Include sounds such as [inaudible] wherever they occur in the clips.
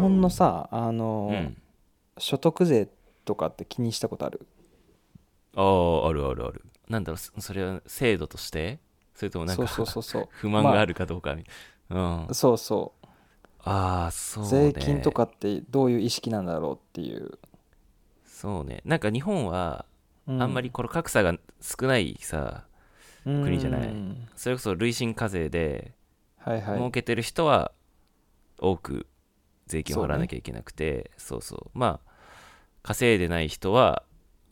本のさあの、うん所得税とかって気にしたことあるあああるあるあるなんだろうそそれは制度としてそれともなんそかうそうそうそう不満がある、るかどうかみたいな、うんまあ、そうそああそうう、税ね、金とかってどういう意識なんだろうっていう、そうねなんか日本はあんまりこの格差が少ないさ、国じゃないそれこそ累進課税ではいはい儲けてる人は多く税金を払わなきゃいけなくてそう,、そうまあ稼いでない人は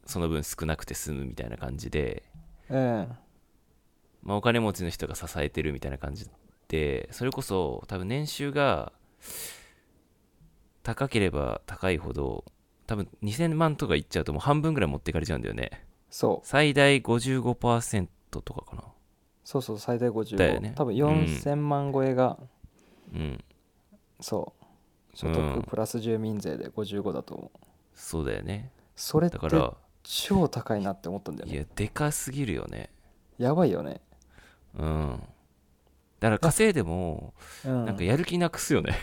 その分少なくて済むみたいな感じで、うんまあ、お金持ちの人が支えてるみたいな感じでそれこそ多分年収が高ければ高いほど多分2000万とかいっちゃうともう半分ぐらい持っていかれちゃうんだよねそう最大55%とかかなそうそう最大55、だよね多分うん4000万超えが、うんそう所うん得プラス住民税で55だと思う、そうだよねそれってだから超高いなって思ったんだよいねやでかすぎるよねやばいよねうんだから稼いでもうんなんかやる気なくすよね、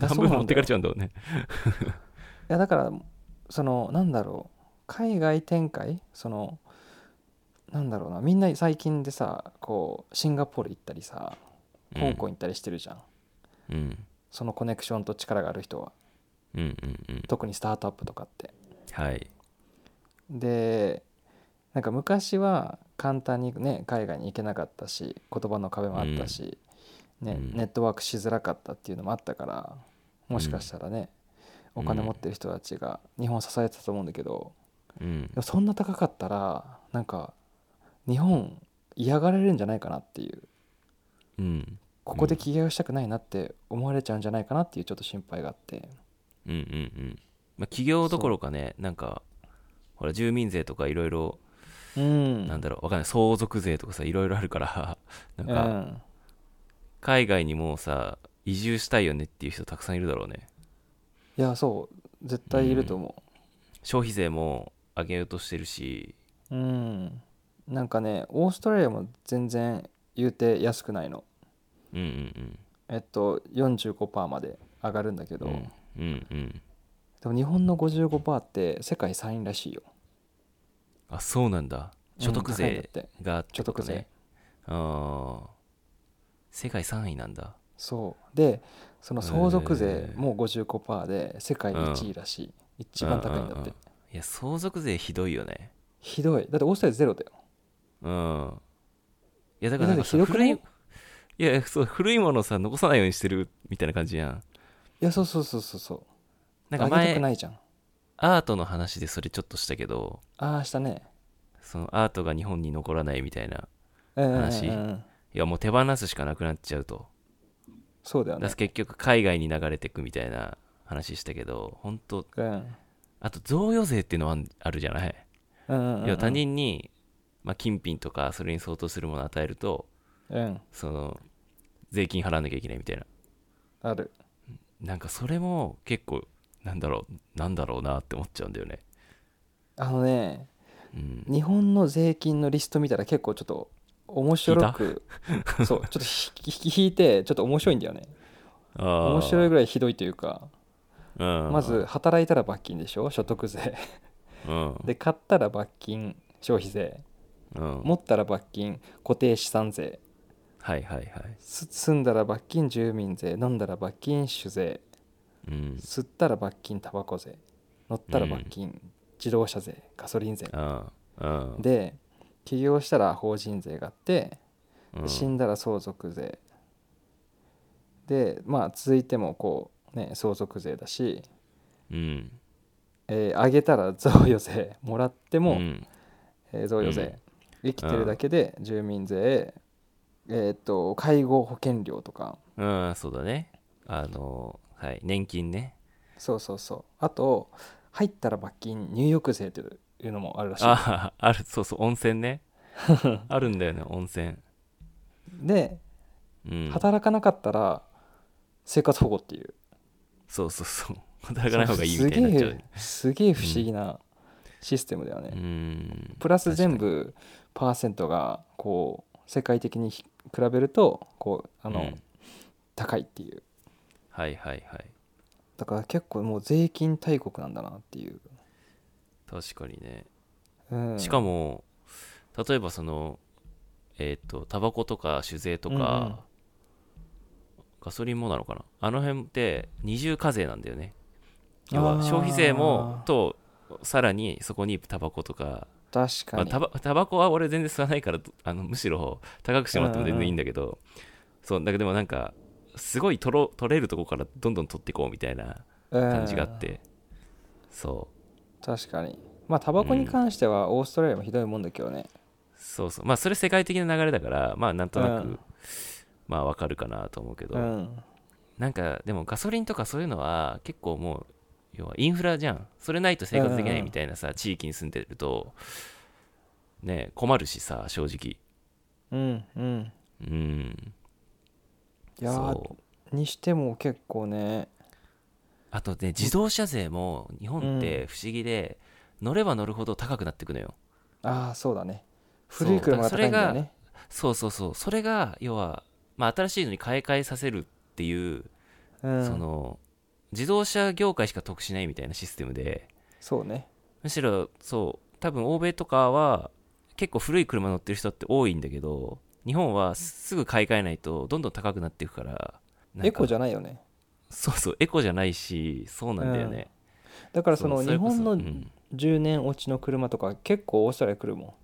あ半そう分なんだよ持ってかれちゃうんだろうねいやだからそのなんだろう海外展開そのなんだろうなみんな最近でさこうシンガポール行ったりさうん香港行ったりしてるじゃん、うんそのコネクションと力がある人はうんうんうん特にスタートアップとかってはいでなんか昔は簡単にね海外に行けなかったし言葉の壁もあったし、ねうんネットワークしづらかったっていうのもあったからもしかしたらね、うんお金持ってる人たちが日本を支えてたと思うんだけど、うんでもそんな高かったらなんか日本嫌がられるんじゃないかなっていううんここで起業したくないなって思われちゃうんじゃないかなっていうちょっと心配があってうんうんうん、まあ、企業どころかねなんかほら住民税とかいろいろうんなんだろうわかんない相続税とかさいろいろあるから [laughs] なんうかん海外にもうさ移住したいよねっていう人たくさんいるだろうねいやそう絶対いると思消費税も上げようとしてるしううんなんかねオーストラリアも全然言うて安くないのうんうんえっと45%まで上がるんだけうど、んうんうんうんでも日本の55%って世界3位らしいよあそうなんだうん所得高いんだ税ってがって所こと得税ね、ああ世界3位なんだそうでその相続税へーも55%で世界1位らしい、一番高いんだうっうてういや相続税ひどいよねひどいだってオーストラリアゼロだようん。いや、だからなんだかってひさ、どくな古いい、いや、そう、古いものをさ、残さないようにしてるみたいな感じやん。いやそうそうそうそうそうなんか上げたく前、ないじゃんアートの話でそれちょっとしたけど、ああしたねそのアートが日本に残らないみたいうな。んうんうんうん話いや、もう手放すしかなくなっちゃうと。そうだよねだから結局、海外に流れていくみたいな話したけど、本当うんあと、贈与税っていうのはあんあるじゃない。うんうんうんうん要は他人に、まあ、金品とか、それに相当するものを与えると、うんその、税金払わなきゃいけないみたいな。あるなんかそれも結構なんだろうなんだろうなって思っちゃうんだよね。あのねうん、日本の税金のリスト見たら結構ちょっと面白くそうちょっとひひ引いてちょっと面白いんだよね面面白いい、ぐらいひどいというかうん、まず、働いたら罰金でしょ所得税うんで買ったら罰金消費税うん、持ったら罰金固定資産税はいはいはい、す住んだら罰金住民税飲んだら罰金酒税うん、吸ったら罰金タバコ税乗ったら罰金、自動車税ガソリン税ああで起業したら法人税があってうでん、死んだら相続税でまあ続いてもこうね相続税だし、うん、えー、上げたら贈与税もらっても、うんえー贈与税、うん生きてるだけで住民税、えーっと介護保険料とかうん、そうだねあのはい年金ねそうそうそうあと入ったら罰金入浴税というのもあるらしいあああるそうそう温 [laughs] 泉ねあるんだよね温泉、でうん、働かなかったら生活保護っていうそうそうそう働かない方がいいみたいになっちゃうすげえすげえ不思議なシステムだよね、うんプラス全部パーセントがこう世界的にひ比べるとこうあの、うん高いっていうはいはいはいだから結構もう税金大国なんだなっていう、確かにねうん、しかもも例えばそのえっ、とタバコとか酒税とか、うんうんガソリンもなのかなあの辺って二重課税なんだよね要は消費税もとさらにそこにタバコとか確かまあ、に、タバタバコは俺全然吸わないからどあのむしろ高くしてもらっても全然いいんだけど、そうだけどでもなんかすごい取ろ取れるとこからどんどん取っていこうみたいなうん感じがあって、そう確かにまあタバコに関してはオーストラリアもひどいもんだけどね、そうそうまあそれ世界的な流れだからまあなんとなく、うんまあわかるかなと思うけど、うんなんかでもガソリンとかそういうのは結構もう要はインフラじゃんそれないと生活できうんうなんういんみたいなさ、地域に住んでるとね困るしさ正直うんうんうんいやーそうにしても結構ねあとね自動車税も日本っうて不思議で、乗れば乗るほど高くなってくのよああそうだねそう古い車が高いんだよねそうそうそうそれが要は、まあ、新しいのに買い替えさせるっていう、うんその自動車業界しか得しないみたいなシステムでそうねむしろそう多分欧米とかは結構古い車乗ってる人って多いんだけど日本はすぐ買い替えないとどんどん高くなっていくからエコじゃゃないよねそうそうエコじゃないしそうなんだよね、だからそのう日れこ本のうん10年落ちの車とか結構オーストラリア来るも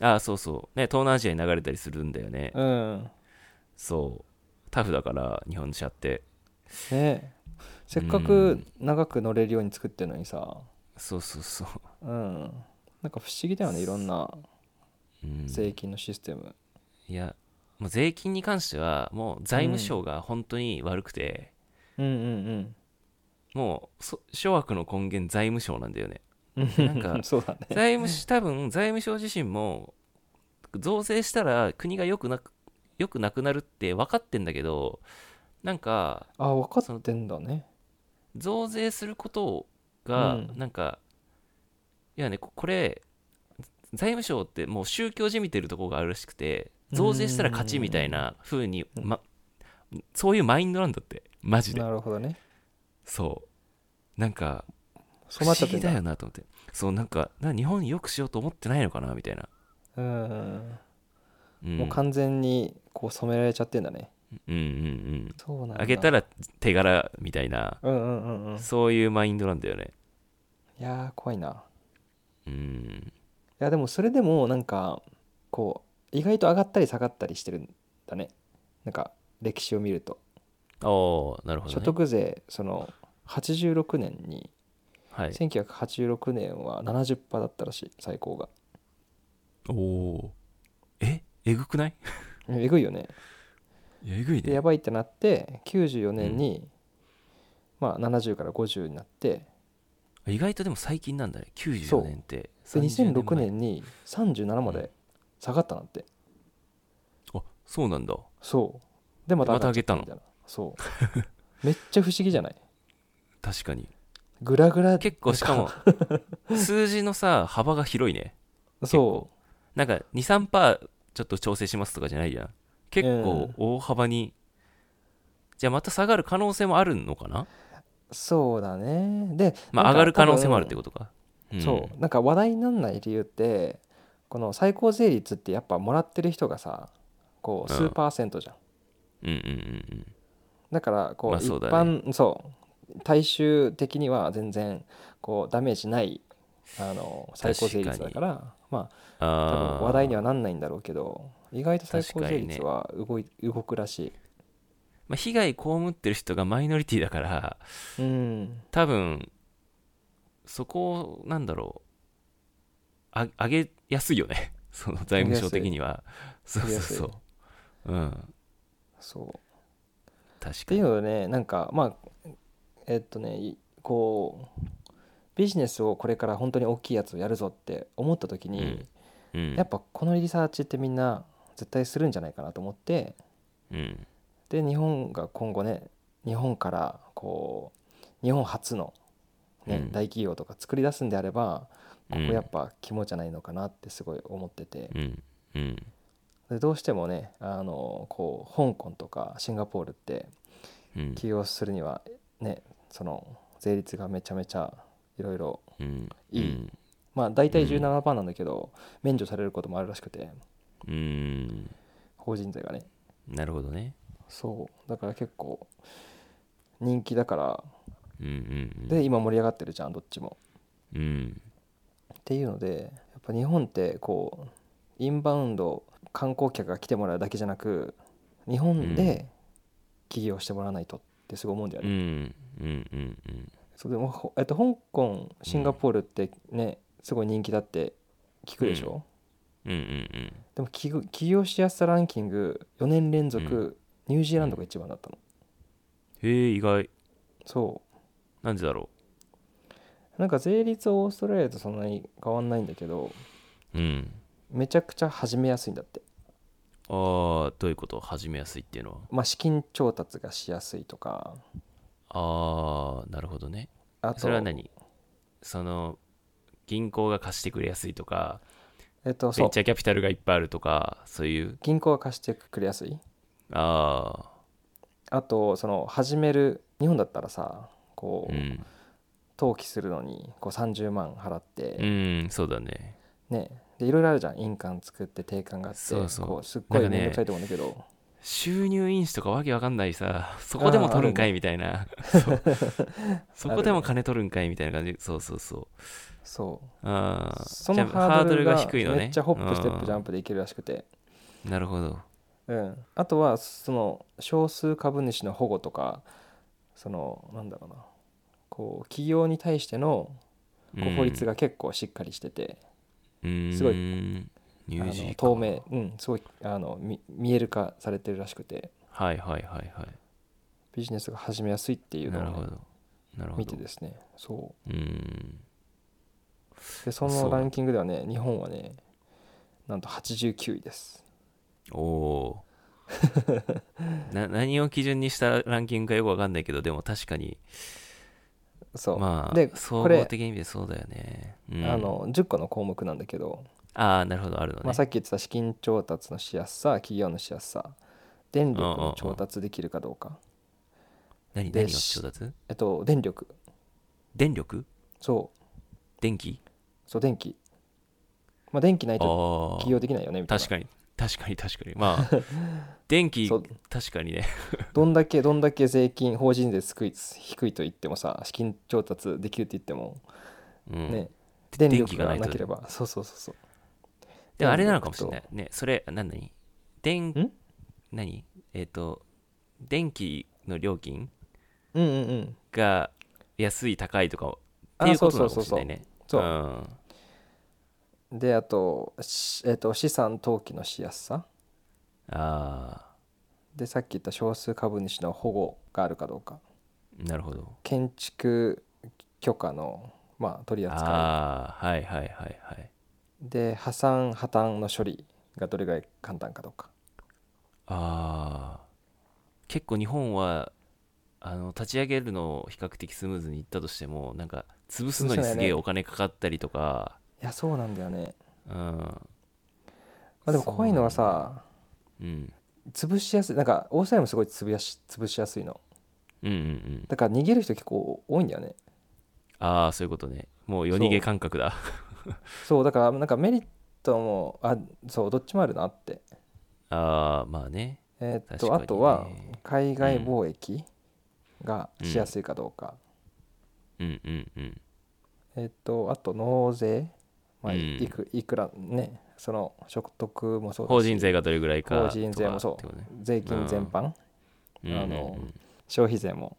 ああそうそうね東南アジアに流れたりするんだよね、んうんそうタフだから日本車ってねせっかうくん長く乗れるように作ってるのにさそうそうそう、うんなんか不思議だよねいろんなうん、税金のシステムいやもう税金に関してはもう財務省が本当に悪くて、うんうんもうそ諸悪の根源財務省なんだよねうんなん [laughs] かそうだね財務省多分財務省自身も増税したら国が良くなく良くなくなるって分かってんだけどなんかあ分かってんだね増税することがうんなんか、いやねここれ財務省ってもう宗教じみてるとこがあるらしくて増税したら勝ちみたいな風に、うんま、そういうマインドなんだってマジでなるほどねそうなんかそ不うな思っちゃって議んだだよなと思ってそうなんかな日本によくしようと思ってないのかなみたいな、うんうん、もう完全にこう染められちゃってんだねうんうんそううなんんだあげたらら手柄みたいな、うんうんうんうんいそういうマインドなんだよねやー怖いないうんやでもそれでもなんかこう意外と上がったり下がったりしてるんだねなんか歴史を見るとおーなるほど、ね、所得税その86年にはい1986年は70%だったらしい最高がおおええぐくないえぐいよねいやえぐいでやばいってなって94年にまあ70から50になって意外とでも最近なんだねそう94年ってで30前2006年に37まうで下がったなってあそうなんだそうでまたまた上っちゃげたのみいなそう [laughs] めっちゃ不思議じゃない確かにグラグラ結構しかも [laughs] 数字のさ幅が広いねそなんか23%ちょっと調整しますとかじゃないじゃん結構大幅に、じゃあまた下がる可能性もあるのかなうそうだねでまあなんか上がる可能性もあるって多ことか、分そうなんか話題にならない理由ってこの最高税率ってやっぱもらってる人がさこううん数パーセントじゃん、うんうんうんだからこうまあ一そうだ般、そう大衆的には全然こうダメージないあの最高税率だからまあうん多あ分あ話題にはなんないんだろうけど意外と最高確か税にね率は動い、動くらしいまあ、被害被ってる人がマイノリティだからうん多分そこをなんだろうあ上げやすいよね [laughs] その財務省的にはそうそうそううんそうっ確かていにうのでねなんかまあえっとねいこうビジネスをこれから本当に大きいやつをやるぞって思った時に、うんやっぱこのリサーチってみんな絶対するんじゃないかなと思ってうんで日本が今後ね日本からこう日本初の、ねうん大企業とか作り出すんであればここうんやっぱ肝じゃないのかなってすごい思っててうんうんでどうしてもねあのこう香港とかシンガポールってうん起業するにはねその税率がめちゃめちゃいろいろうんいいまあ大体17%なんだけど、免除されることもあるらしくてうんうん法人税がねなるほどねそうだから結構人気だからうんうんで今盛り上がってるじゃんどっちもうんうんっていうのでやっぱ日本ってこうインバウンド観光客が来てもらうだけじゃなく日本で起業してもらわないとってすごい思うんだようね。んうんうんうんそうでもほえっと香港シンガポールってねすごい人気だって聞くでしょ、うんうんでも起業起業しやすさランキング4年連続ニュージーランドが一番だったの。へえ意外そなんでだろうなんか税率はオーストラリアとそんなに変わんないんだけどううんめちゃくちゃ始めやすいんだって。ああどういうこと始めやすいっていうのはまあ、資金調達がしやすいとかああなるほどねあとそれは何その銀行が貸してくれやすいとかえっと、ベそうンチャーキャピタルがいっぱいあるとかそういう銀行が貸してくれやすいああとその始める日本だったらさあこう、うん登記するのにこう30万払っうて、ん、そうだねねでいろいろあるじゃん印鑑作って定款があってそうそうこうすっごいなんかね面倒くさいと思うんだけど、収入印紙とかわけわかんな [laughs] いさそこでも取るんかいみたいなそうそこでも金取るんかいみたいな感じそうそうそうそうああそのハードルが低いのねめっちゃホップステップジャンププできるらしくて、なるほどうん、あとはその少数株主の保護とかそのなんだろうなこう企業に対してのこう法律が結構しっかりしてて、すすごいニュあーのジーか透明、うん、すごいあのみ見える化されてるらしくてはいはいはいはビジネスが始めやすいっていいうなるのほを、どね、なるほ見てどですねそうーんうでそそのうランキングではね日本はねなんと89位ですおお [laughs] ーな何を基準にしたランキングかよくわかんないけどでも確かにそう、まであ総これ合的な意味でそうだよね、うん、あの10個の項目なんだけど、ああなるほどあるのね、まあ、さっき言ってた資金調達のしやすさ企業のしやすさ電力の調達できるかどうか何で何をし調達えっと電力電力そう電気そう電気まあ電気ないああと起業ーできないよねみたいな確かに確かに確かにまあ [laughs] 電気そう確かにねどんだけどんだけ税金法人税低い低いと言ってもさ資金調達できるって言ってもうん、ね、で電電気力がながいとなければそうそうそうそうでもあれなのかもしれない。ね、それ、何何電ん、何えっ、と、電気の料金うんうんうんが安い、高いとかを、っあていうことなのかもしれないね。そううんであと,し、えっと資産登記のしやすさあでさっき言った少数株主の保護があるかどうかあ、なるほど。建築許可の、まあ、取り扱ああ、はいはいはいはい。いで破産破綻の処理がどれぐらい簡単かどうかああ、結構日本は、あの立ち上げるのを比較的スムーズにいったとしてもなんか潰すのにすげえお金かかったりとか、いやそうなんだよね、うんまあ、でも怖いのはさうん、潰しやすいなんかオーストラリアもすごい潰やし潰しやすいのうんうんうんだから逃げる人結構多いんだよねああそういうことねもう夜逃げ感 [laughs] 覚だそうだからなんかメリットもあそうどっちもあるなってああまあねえーっ確と、かにあねとは海外貿易がしやすいかどうか、うんうんうんえーっとあと納税まあうんいくいくらねその所得もそうだし法人税がどれぐらいか法人税もそとかってこう税金全般、とねあうんうんの消費税も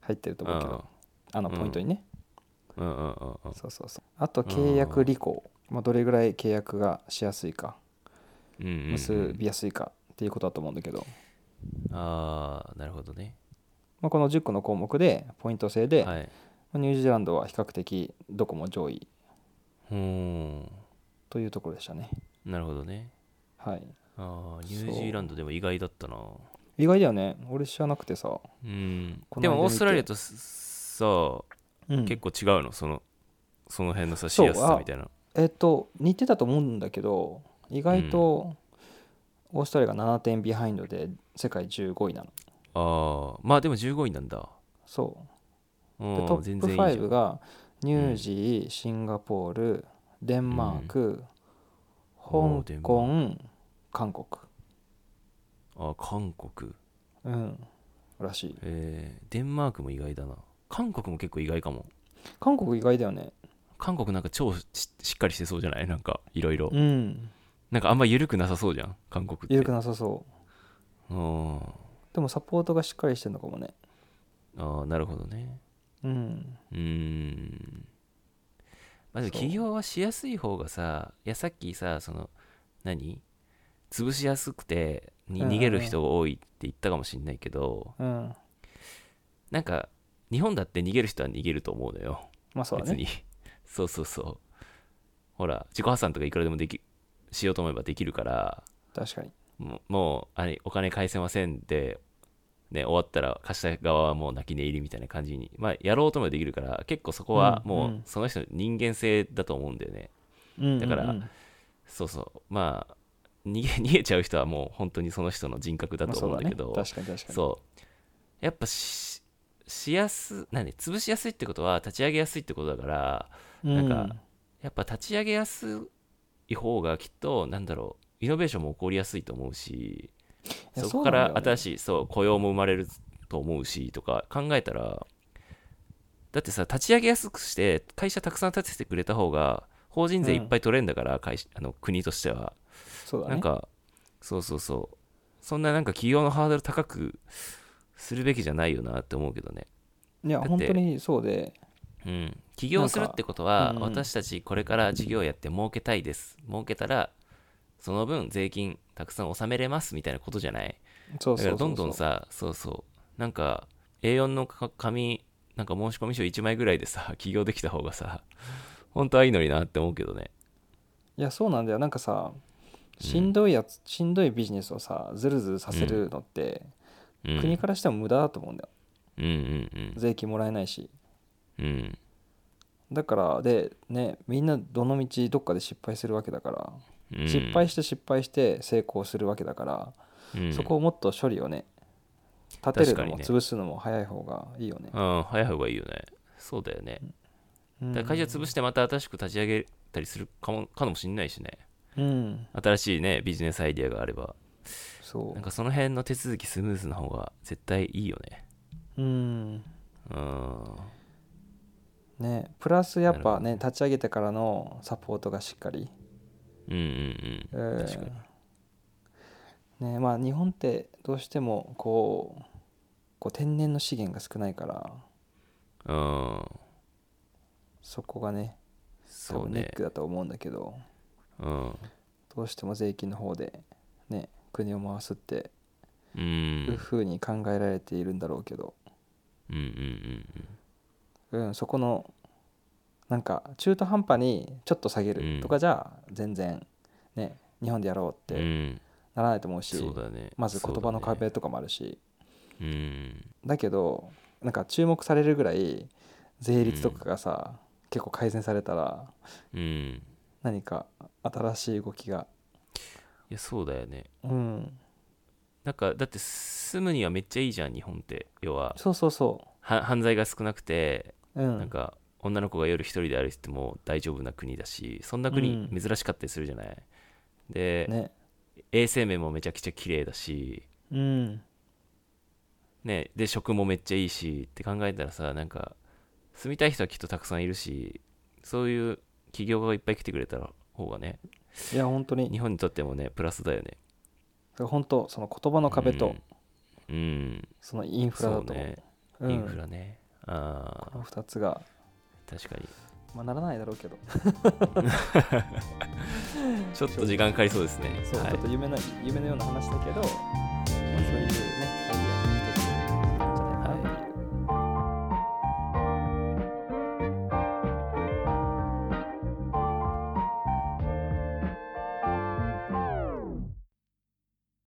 入ってると思うけどあのうんポイントにね、うんうんうんうんうんそうそうそうあと契約履行、まあ、どれぐらい契約がしやすいかうんうん結びやすいかっていうことだと思うんだけど、ああなるほどねまあ、この10個の項目でポイント制で、はいニュージーランドは比較的どこも上位ほーんというところでしたね。なるほどねはい、ああニュージーランドでも意外だったな意外だよね俺知らなくてさ、うんこの間見てでもオーストラリアとすさうん結構違うのそのその辺のさしそうやすさみたいなえっと似てたと思うんだけど意外とオーストラリアが7点ビハインドで世界15位なのああまあでも15位なんだそううんでトッ全プ然いいじゃ5んがニュージーシンガポールデンマーク、おーデ香ンマ港韓国、あ韓国うん、らしいえーデンマークも意外だな韓国も結構意外かも韓国意外だよね韓国なんか超ししっかりしてそうじゃないなんかいろいろうんなんかあんま緩くなさそうじゃん韓国って緩くなさそううんあでもサポートがしっかりしてるのかもねーなるほどねうんうーんまあでもそう起業はしやすい方がさいやさっきさその何潰しやすくてにうんうんうん逃げる人が多いって言ったかもしんないけどうんなんか日本だって逃げる人は逃げると思うのよまあそうだ別ねにそうそうそうほら自己破産とかいくらでもできしようと思えばできるから確かにもうもうあれお金返せませんで、ね、終わったら貸した側はもう泣き寝入りみたいな感じに、まあ、やろうともできるから結構そこはうんうもんうその人の人間性だと思うんだよね、うんだからうんうんそうそうまあ逃げ [laughs] 逃げちゃう人はもう本当にその人の人格だまあとそ思うんだけうど、だね、確かに確かにそうやっぱししやすなんで潰しやすいってことは立ち上げやすいってことだからうなんかやっぱ立ち上げやすい方がきっとなんだろうイノベーションも起こりやすいと思うしいやそこからそうなんだよね新しいそう雇用も生まれると思うしとか考えたらだってさ立ち上げやすくして会社たくさん立ててくれた方が法人税いっぱい取れんだから、会社あの国としてはそうだねなんかそうそうそうそんななんか企業のハードル高くするべきじゃないよなって思うけどねいやだって本当にそうでうん、起業するってことなは、んかうんうん私たちこれから事業やって儲けたいです儲けたらその分税金たくさん納めれますみたいなことじゃないそうそうだかそらうどんどそんうさそうそうなんか A4 のか紙なんか申し込み書1枚ぐらいでさ [laughs] 起業できた方がさ本当はいいのになって思うけどねいやそうなんだよなんかさしんどいやつ、しんどいビジネスをさずるずるさせるのって、うん国からしても無駄だと思うんだようんうん税金もらえないしうんうんだからでねみんなどの道どっかで失敗するわけだから、うん失敗して失敗して成功するわけだから、うんそこをもっと処理をね立てるのも確かにね潰すのも早い方がいいよね、うん早い方がいいよねそうだよねうん、だから会社潰してまた新しく立ち上げたりするかもかもしんないしねうん新しいねビジネスアイデアがあればそなんかその辺の手続きスムーズな方が絶対いいよねううんうーんねプラスやっなるほぱね立ち上げてからのサポートがしっかりうんうんうんうん確かにねまあ日本ってどうしてもこうこう天然の資源が少ないからうーんそこがね多そう分ネねックだと思うんだけどうんどうしても税金の方でね国を回すってうんういうんふうに考えられているんだろうけど、うんうんうん、そこのなんか中途半端にちょっと下げうるんとかじゃ全然ね日本でやろううってんならないと思うし、そうだねまず言葉の壁とかもあるし。そうだねうんだけどなんか注目されるぐらい税率とかがさ、結構改善されたらうん何か新しい動きがいやそうだよねうんなんかだって住むにはめっちゃいいじゃん日本って要はそうそうそは犯罪が少なくてううんなんか女の子が夜一人で歩いてても大丈夫な国だしそんな国うん珍しかったりするじゃないでね衛生面もめちゃくちゃ綺麗だし、うんね、で食もめっちゃいいしって考えたらさなんか住みたい人はきっとたくさんいるしそういう企業がいっぱい来てくれた方がねいや本当日に本にとってもねプラスだよね。本当その言葉の壁とうん、うん、そのインフラだとそうね、うんインフラねあこの2つが、ー確かにまあ、ならないだろう [laughs] けどちょっと時間かかりそうですね。そう、はいちょっと夢の夢のような話だけど、まあそういうねアイデア